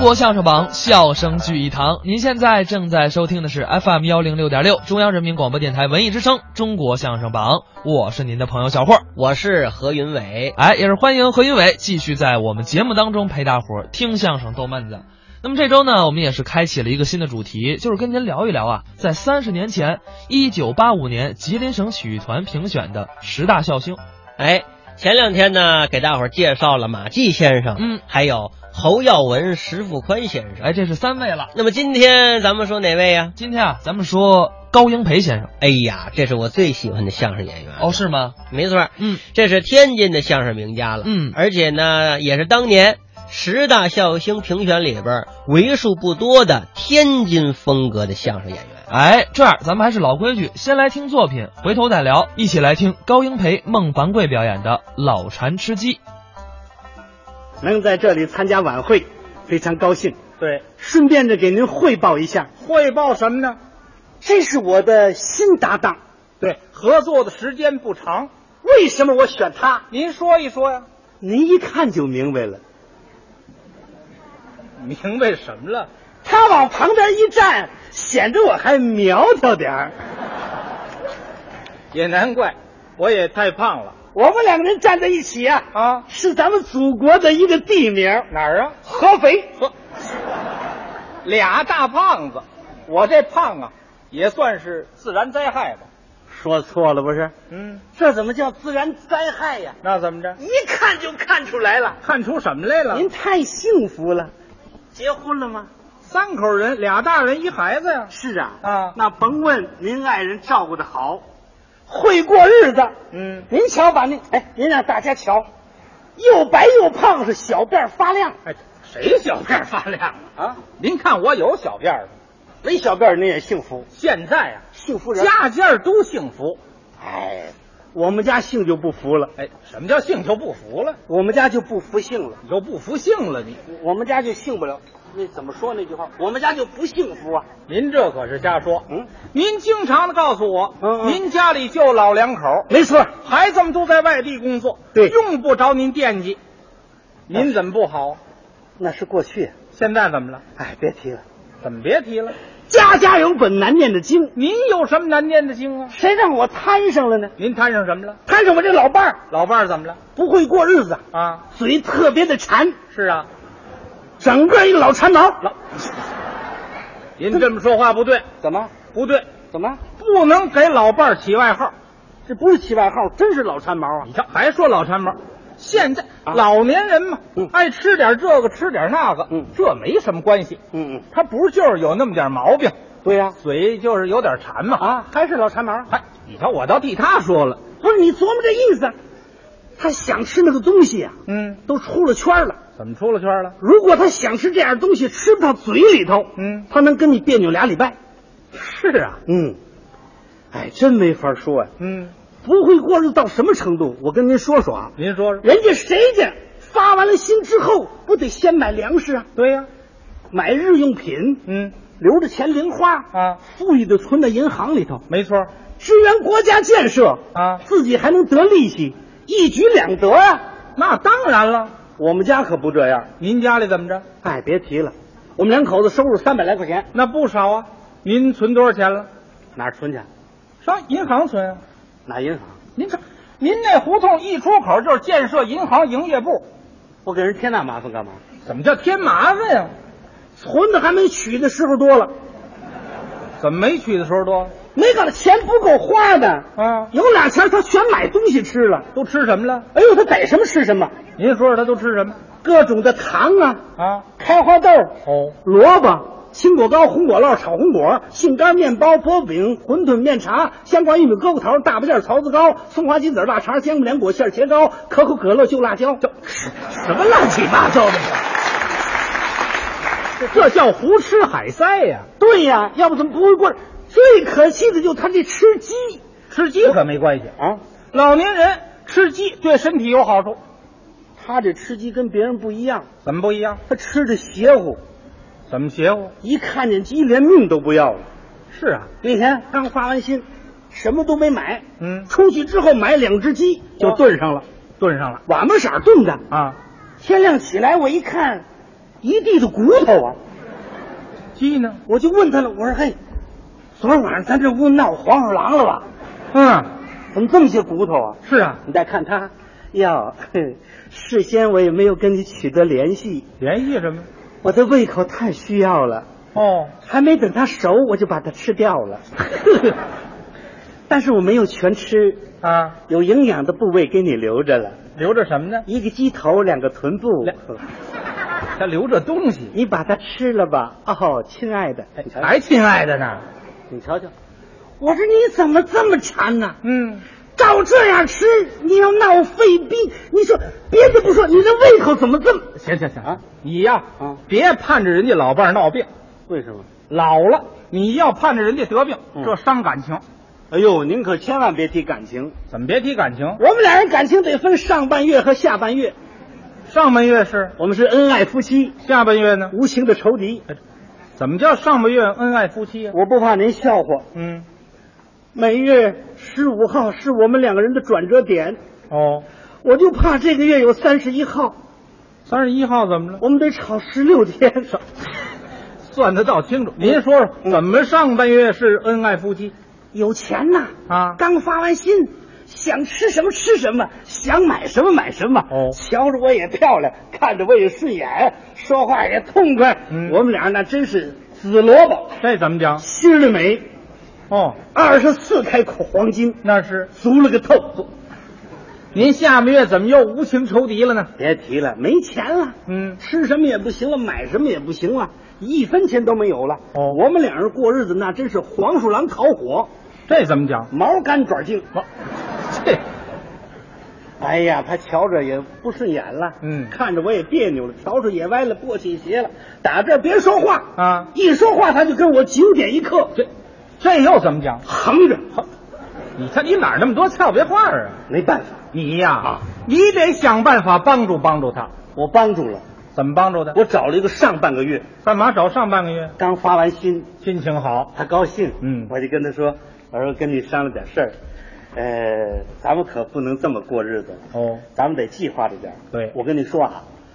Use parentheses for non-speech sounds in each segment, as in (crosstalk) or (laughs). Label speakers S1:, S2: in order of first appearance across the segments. S1: 国相声榜，笑声聚一堂。您现在正在收听的是 FM 幺零六点六，中央人民广播电台文艺之声《中国相声榜》，我是您的朋友小霍。
S2: 我是何云伟。
S1: 哎，也是欢迎何云伟继续在我们节目当中陪大伙儿听相声逗闷子。那么这周呢，我们也是开启了一个新的主题，就是跟您聊一聊啊，在三十年前，一九八五年吉林省曲艺团评选的十大笑星。
S2: 哎，前两天呢，给大伙儿介绍了马季先生，
S1: 嗯，
S2: 还有侯耀文、石富宽先生。
S1: 哎，这是三位了。
S2: 那么今天咱们说哪位呀、
S1: 今天啊，咱们说高英培先生。
S2: 哎呀，这是我最喜欢的相声演员。
S1: 哦，，是吗？
S2: 没错，
S1: 嗯
S2: 这是天津的相声名家了。
S1: 嗯
S2: 而且呢，也是当年十大笑星评选里边儿为数不多的天津风格的相声演员。
S1: 哎，这样咱们还是老规矩，先来听作品，回头再聊。一起来听高英培、孟凡贵表演的《老馋吃鸡》。
S3: 能在这里参加晚会，非常高兴。
S4: 对，
S3: 顺便的给您汇报一下，
S4: 汇报什么呢？
S3: 这是我的新搭档。
S4: 对，合作的时间不长，
S3: 为什么我选他？
S4: 您说一说呀。
S3: 您一看就明白了。
S4: 明白什么了？
S3: 他往旁边一站，显得我还苗条点儿。
S4: 也难怪，我也太胖了
S3: 我们两个人站在一起啊，
S4: 啊。
S3: 是咱们祖国的一个地名
S4: 哪儿啊？
S3: ——合肥。
S4: 呵，俩大胖子，我这胖啊，也算是自然灾害吧。
S3: 说错了不是？
S4: 嗯，
S3: 这怎么叫自然灾害呀？
S4: 那怎么着？
S3: 一看就看出来了。
S4: 看出什么来了？
S3: 您太幸福了，结婚了吗？
S4: 三口人，俩大人一孩子呀。
S3: 是啊，
S4: 啊
S3: 那甭问，您爱人照顾的好，会过日子。
S4: 嗯，
S3: 您瞧把那，哎，您让大家瞧，又白又胖，是小辫儿发亮，
S4: 哎，谁小辫儿
S3: 发亮
S4: 啊？您看我有小辫儿吗？
S3: 没小辫儿您也幸福，
S4: 现在啊，
S3: 幸福人。
S4: 家家都幸福。
S3: 哎，我们家姓就不服了，
S4: 哎，什么叫幸就不服了？
S3: 我们家就不服姓了，
S4: 你就不服姓了你？
S3: 我们家就姓不了。那怎么说那句话？我们家就不幸福啊。
S4: 您这可是瞎说。
S3: 嗯，
S4: 您经常的告诉我，
S3: 嗯嗯
S4: 您家里就老两口，
S3: 没错，
S4: 孩子们都在外地工作，
S3: 对
S4: 用不着您惦记。您怎么不好？啊
S3: 那是过去。
S4: 现在怎么了？
S3: 哎，别提了，
S4: 怎么别提了？
S3: 家家有本难念的经，
S4: 您有什么难念的经啊？
S3: 谁让我摊上了呢？
S4: 您摊上什么了？
S3: 摊上我这老伴儿
S4: 老伴儿怎么了？
S3: 不会过日子，
S4: 啊，
S3: 嘴特别的馋，
S4: 是啊，
S3: 整个一老馋毛。
S4: 老，您这么说话不对，
S3: 怎么
S4: 不对，
S3: 怎么？
S4: 不能给老伴儿起外号。
S3: 这不是起外号，真是老馋毛啊！
S4: 你瞧，还说老馋毛，现在
S3: 啊
S4: 老年人嘛，
S3: 嗯
S4: 爱吃点这个，吃点那个，
S3: 嗯
S4: 这没什么关系。
S3: 嗯嗯，
S4: 他不是就是有那么点毛病，
S3: 对呀、
S4: 嘴就是有点馋嘛。
S3: 啊，还是老馋毛。
S4: 还哎你瞧，我倒替他说了，
S3: 不是你琢磨这意思，他想吃那个东西啊，
S4: 嗯，
S3: 都出了圈了。
S4: 怎么出了圈了？
S3: 如果他想吃这样东西，吃不到嘴里头，
S4: 嗯
S3: 他能跟你别扭俩礼拜。
S4: 是啊，
S3: 嗯，哎，真没法说呀、
S4: 嗯，
S3: 不会过日子到什么程度？我跟您说说啊，
S4: 您说说，
S3: 人家谁家发完了薪之后，不得先买粮食啊，
S4: 对呀、
S3: 买日用品，
S4: 嗯
S3: 留着钱零花
S4: 啊，
S3: 富裕的存在银行里头，
S4: 没错，
S3: 支援国家建设
S4: 啊
S3: 自己还能得利息，一举两得啊！
S4: 那当然了。
S3: 我们家可不这样，
S4: 您家里怎么着？
S3: 哎，别提了，我们两口子收入三百来块钱，
S4: 那不少啊。您存多少钱了？
S3: 哪儿存去？
S4: 上银行存啊。
S3: 哪银行？
S4: 您这，您那胡同一出口就是建设银行营业部，
S3: 我给人添那麻烦干嘛？
S4: 怎么叫添麻烦呀、
S3: 存的还没取的时候多了，
S4: 怎么没取的时候多
S3: 没搞钱不够花的，
S4: 啊？
S3: 有俩钱他全买东西吃了。
S4: 都吃什么了？
S3: 哎呦，他逮什么吃什么，
S4: 您说说他都吃什么
S3: 各种的糖啊，
S4: 啊？
S3: 开花豆、
S4: 哦，
S3: 萝卜、青果糕、红果烙、炒红果、杏干面包、薄饼、馄饨、面茶、香瓜、玉米、疙瘩桃、大白馅、槽子糕、松花鸡子、腊肠、香木莲果馅、茄糕、可口可乐、就辣椒，什么乱七八糟的？
S4: 这叫胡吃海塞呀、
S3: 对呀、要不怎么不会过日？最可惜的就是他这吃鸡
S4: 吃鸡可没关系，
S3: 啊，
S4: 老年人吃鸡对身体有好处，
S3: 他这吃鸡跟别人不一样，
S4: 怎么不一样？
S3: 他吃的邪乎，
S4: 怎么邪乎？
S3: 一看见鸡连命都不要了。
S4: 是啊，
S3: 那天刚发完薪，什么都没买，
S4: 嗯，
S3: 出去之后买两只
S4: 哦
S3: 鸡就炖上了，
S4: 炖上了
S3: 瓦木色儿炖的。
S4: 啊，
S3: 天亮起来我一看，一地的骨头啊！
S4: 鸡呢？
S3: 我就问他了，我说嘿，昨儿晚上咱这屋闹黄鼠狼了吧？
S4: 嗯，
S3: 怎么这么些骨头啊？
S4: 是啊，
S3: 你再看他，哟，嘿 (laughs) 事先我也没有跟你取得联系，
S4: 联系什么？
S3: 我的胃口太需要了，
S4: 哦，
S3: 还没等它熟我就把它吃掉了。 (laughs) 但是我没有全吃，
S4: 啊，
S3: 有营养的部位给你留着了，
S4: 留着什么呢？
S3: 一个鸡头，两个臀部，
S4: 两他留着东西。
S3: 你把它吃了吧。哦，亲爱的，你瞧瞧，
S4: 还亲爱的呢？
S3: 你瞧瞧，我说你怎么这么馋呢、
S4: 嗯，
S3: 照这样吃，你要闹肺病。你说别的不说，你这胃口怎么这么……
S4: 行行行
S3: 啊，
S4: 你呀，
S3: 啊
S4: 别盼着人家老伴儿闹病，
S3: 为什么？
S4: 老了你要盼着人家得病，
S3: 嗯
S4: 这伤感情。
S3: 哎呦，您可千万别提感情。
S4: 怎么别提感情？
S3: 我们俩人感情得分上半月和下半月，
S4: 上半月是，
S3: 我们是恩爱夫妻，
S4: 下半月呢？
S3: 无情的仇敌。
S4: 怎么叫上半月恩爱夫妻啊？
S3: 我不怕您笑话，
S4: 嗯，
S3: 每月十五号是我们两个人的转折点，
S4: 哦，
S3: 我就怕这个月有三十一号，
S4: 三十一号怎么了？
S3: 我们得吵十六天。
S4: 算得倒清楚。您说说，
S3: 嗯
S4: 怎么上半月是恩爱夫妻
S3: 有钱呐，
S4: 啊？
S3: 刚发完薪，想吃什么吃什么，想买什么买什么。
S4: 哦
S3: 瞧着我也漂亮，看着我也顺眼，说话也痛快。
S4: 嗯
S3: 我们俩那真是紫萝卜，
S4: 这怎么讲？
S3: 心里美，
S4: 哦，
S3: 二十四开口黄金，
S4: 那是
S3: 足了个透。
S4: 您下半月怎么又无情仇敌了呢？
S3: 别提了，没钱了，
S4: 嗯，
S3: 吃什么也不行了，买什么也不行了，一分钱都没有了。
S4: 哦
S3: 我们两人过日子那真是黄鼠狼烤火，
S4: 这怎么讲？
S3: 毛干爪净。
S4: 这
S3: 哎呀，他瞧着也不顺眼了，
S4: 嗯
S3: 看着我也别扭了，笤帚也歪了，簸箕也斜了。打这儿别说话
S4: 啊
S3: 一说话他就跟我九点一刻
S4: 这这又怎么讲？
S3: 横着，
S4: 你看你哪儿那么多俏皮话儿啊？
S3: 没办法，
S4: 你呀、
S3: 啊
S4: 你得想办法帮助帮助他。
S3: 我帮助了，
S4: 怎么帮助他？
S3: 我找了一个上半个月
S4: 干嘛找上半个月？
S3: 刚发完薪，
S4: 心情好，
S3: 他高兴，
S4: 嗯
S3: 我就跟他说，我说跟你商量点事儿，呃，咱们可不能这么过日子了，
S4: 哦，
S3: 咱们得计划着点儿。
S4: 对
S3: 我跟你说啊，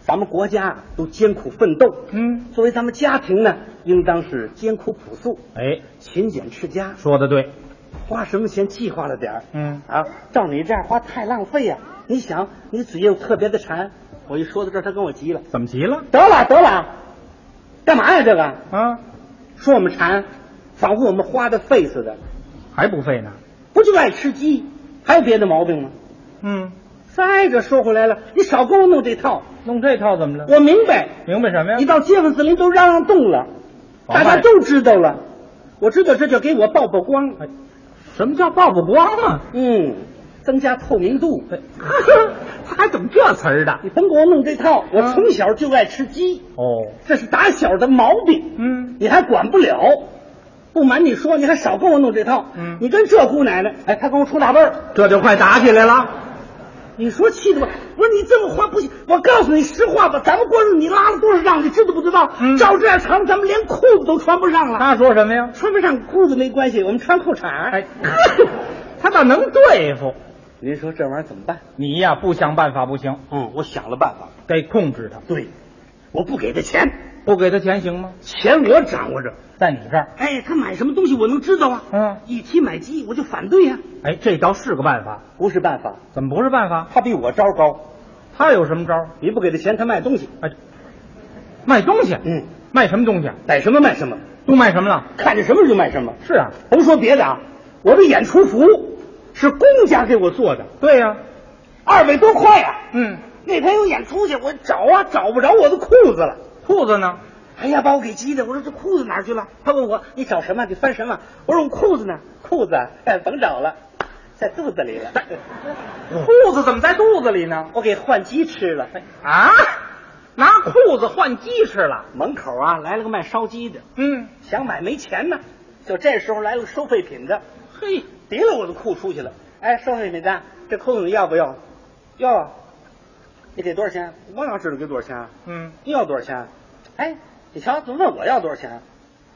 S3: 咱们国家都艰苦奋斗，
S4: 嗯，
S3: 作为咱们家庭呢，应当是艰苦朴素。
S4: 哎，
S3: 勤俭持家，
S4: 说的对，
S3: 花什么钱计划了点儿。
S4: 嗯，
S3: 啊，照你这样花太浪费呀、你想，你嘴又特别的馋，我一说到这儿，他跟我急了。
S4: 怎么急了？
S3: 得了得了，干嘛呀这个？
S4: 啊，
S3: 说我们馋，仿佛我们花的费似的，
S4: 还不费呢？
S3: 不就爱吃鸡？还有别的毛病吗？
S4: 嗯，
S3: 再者说回来了，你少跟我弄这套。
S4: 弄这套怎么了？
S3: 我明白，
S4: 明白什么呀？
S3: 你到街坊四邻都嚷嚷动了，
S4: 好吧
S3: 大家都知道了。我知道这就给我曝曝光，
S4: 什么叫曝不光啊？
S3: 嗯，增加透明度。
S4: (laughs) 他还懂这词儿的？
S3: 你甭给我弄这套，我
S4: 嗯
S3: 从小就爱吃鸡，
S4: 哦，
S3: 这是打小的毛病。
S4: 嗯，
S3: 你还管不了，不瞒你说，你还少跟我弄这套。
S4: 嗯
S3: 你跟这姑奶奶，哎，她跟我出大辈儿，
S4: 这就快打起来了。
S3: 你说气的吧？我说你这么花不行，我告诉你实话吧，咱们过日子你拉了多少账，你知道不知道？
S4: 嗯
S3: 照这样长，咱们连裤子都穿不上了。
S4: 他说什么呀？
S3: 穿不上裤子没关系，我们穿裤衩儿。
S4: 哎， (laughs) 他倒能对付。
S3: 您说这玩意儿怎么办？
S4: 你呀，不想办法不行，
S3: 嗯，我想了办法。
S4: 得控制他，
S3: 对，我不给他钱，
S4: 不给他钱行吗？
S3: 钱我掌握着。
S4: 在你这儿，
S3: 哎，他买什么东西我能知道啊？
S4: 嗯，
S3: 一提买鸡我就反对呀、
S4: 哎，这倒是个办法。
S3: 不是办法，
S4: 怎么不是办法？
S3: 他比我招高，
S4: 他有什么招儿？
S3: 你不给他钱，他卖东西，
S4: 哎，卖东西，
S3: 嗯，
S4: 卖什么东西？啊
S3: 逮什么卖什么，
S4: 都卖什么了？
S3: 看见什么就卖什么。
S4: 是啊，
S3: 甭说别的啊，我的演出服是公家给我做的，
S4: 对呀、
S3: 二百多块啊。
S4: 嗯，
S3: 那天有演出去，我找啊找不着我的裤子了。
S4: 裤子呢？
S3: 哎呀，把我给急的！我说这裤子哪儿去了？他问我你找什么？你翻什么？我说我裤子呢？裤子啊，哎，甭找了，在肚子里了。
S4: 裤子怎么在肚子里呢？
S3: 我给换鸡吃了。
S4: 啊，拿裤子换鸡吃了？
S3: 门口啊来了个卖烧鸡的，
S4: 嗯，
S3: 想买没钱呢，就这时候来了个收废品的，
S4: 嘿，
S3: 提了我的裤出去了。哎，收废品的，这裤子你要不要？要啊。你给多少钱？我哪知道给多少钱啊？
S4: 嗯，
S3: 你要多少钱？哎，你瞧，怎么问我要多少钱？啊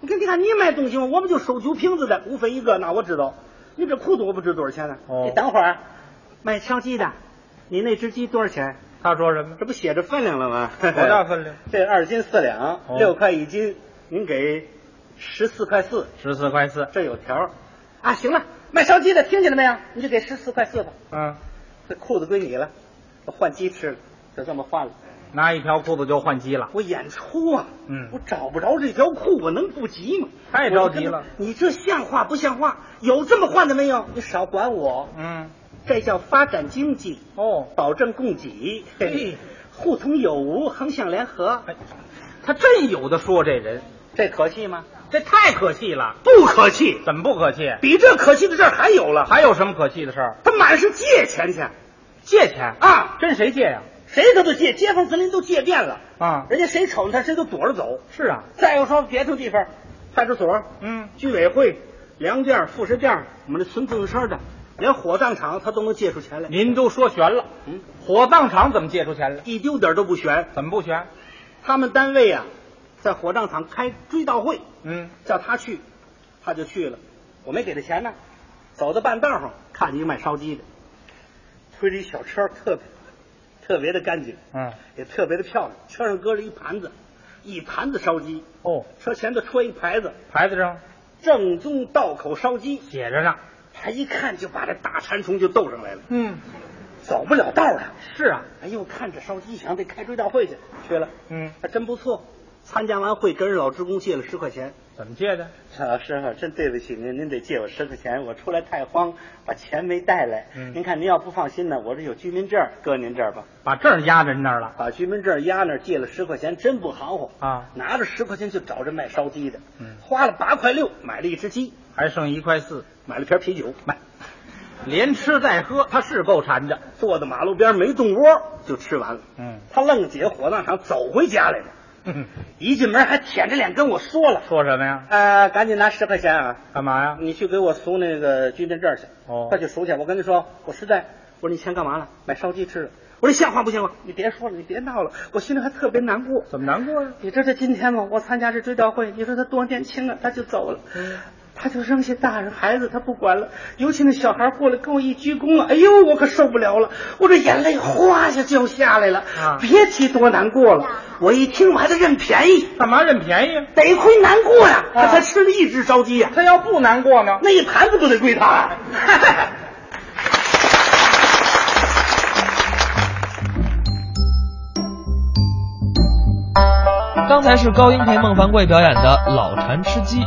S3: 你看，你看，你买东西吗？我们就收酒瓶子的，五分一个，那我知道。你这裤子我不知多少钱呢、
S4: 哦
S3: 你等会儿啊，卖烧鸡的，你那只鸡多少钱？
S4: 他说什么？
S3: 这不写着分量了吗？
S4: 多大分量？
S3: (laughs) 这二斤四两
S4: 哦，
S3: 六块一斤，您给十四块四，
S4: 十四块四。
S3: 这有条儿。啊，行了，卖烧鸡的听见了没有？你就给十四块四吧。
S4: 嗯，
S3: 这裤子归你了，我换鸡吃了，就这么换了。
S4: 拿一条裤子就换鸡了。
S3: 我演出啊，
S4: 嗯
S3: 我找不着这条裤，我能不急吗？
S4: 太着急了
S3: 我就跟他你这像话不像话？有这么换的没有？你少管我，
S4: 嗯，
S3: 这叫发展经济，
S4: 哦，
S3: 保证供给，
S4: 嘿，
S3: 互通有无，横向联合，
S4: 哎他真有的说这人，
S3: 这可气吗？
S4: 这太可气了。
S3: 不可气，
S4: 怎么不可气？
S3: 比这可气的事儿还有了，
S4: 还有什么可气的事儿？
S3: 他满是借钱去
S4: 借钱，
S3: 啊，
S4: 跟谁借呀、
S3: 谁他都借，街坊邻里都借遍了，
S4: 啊？
S3: 人家谁瞅着他谁都躲着走。
S4: 是啊，
S3: 再有说别的地方，派出所、
S4: 嗯，
S3: 居委会、粮店、副食店，我们这存自行车的，连火葬场他都能借出钱来，
S4: 您都说悬了，
S3: 嗯，
S4: 火葬场怎么借出钱来？
S3: 一丢点儿都不悬。
S4: 怎么不悬？
S3: 他们单位啊，在火葬场开追悼会，
S4: 嗯，
S3: 叫他去，他就去了。我没给他钱呢，走到半道上看见一个卖烧鸡的，推着一小车，特别特别的干净，
S4: 嗯，
S3: 也特别的漂亮。车上搁着一盘子，一盘子烧鸡，
S4: 哦，
S3: 车前头戳一牌子
S4: 牌子上
S3: “正宗道口烧鸡”。
S4: 写着呢。
S3: 他一看就把这大馋虫就逗上来了，
S4: 嗯，
S3: 走不了道了。
S4: 是啊，
S3: 哎呦，看这烧鸡想得开追悼会去，去了，
S4: 嗯，
S3: 还真不错。参加完会，跟人老职工借了十块钱。
S4: 怎么借的？
S3: (laughs) 老师傅，真对不起您，您得借我十块钱，我出来太慌，把钱没带来。
S4: 嗯
S3: 您看您要不放心呢，我这有居民证，搁您这儿吧。
S4: 把证儿压人那儿了
S3: 把居民证压那儿借了十块钱，真不含糊。
S4: 啊，
S3: 拿着十块钱就找这卖烧鸡的，
S4: 嗯
S3: 花了八块六买了一只鸡，
S4: 还剩一块四，
S3: 买了瓶啤酒，
S4: 买，连吃带喝，他是够馋的。
S3: 坐在马路边没动窝就吃完了。
S4: 嗯，
S3: 他愣解火葬场走回家来了，一进门还舔着脸跟我说了
S4: 说什么：“呀？
S3: 呃，赶紧拿十块钱啊，
S4: 干嘛呀？
S3: 你去给我赎那个居民证去，
S4: 哦
S3: 快去赎去。”我跟他说：“我实在，我说你钱干嘛了？买烧鸡吃了。”我说：“像话不像话？你别说了，你别闹了。”我心里还特别难过。
S4: 怎么难过呀？
S3: 你知道今天吗？我参加这追悼会，你说他多年轻啊，他就走了，
S4: 嗯
S3: 他就扔下大人孩子，他不管了。尤其那小孩过来跟我一鞠躬啊，哎呦，我可受不了了，我这眼泪哗一下就下来了。
S4: 啊
S3: 别提多难过了，我一听我还得认便宜，
S4: 干嘛认便宜？
S3: 得亏难过呀、
S4: 啊
S3: 他才吃了一只烧鸡呀、
S4: 他要不难过呢？
S3: 那一盘子都得归他、 (laughs) 啊。
S1: 刚才是高英培、孟凡贵表演的《老馋吃鸡》。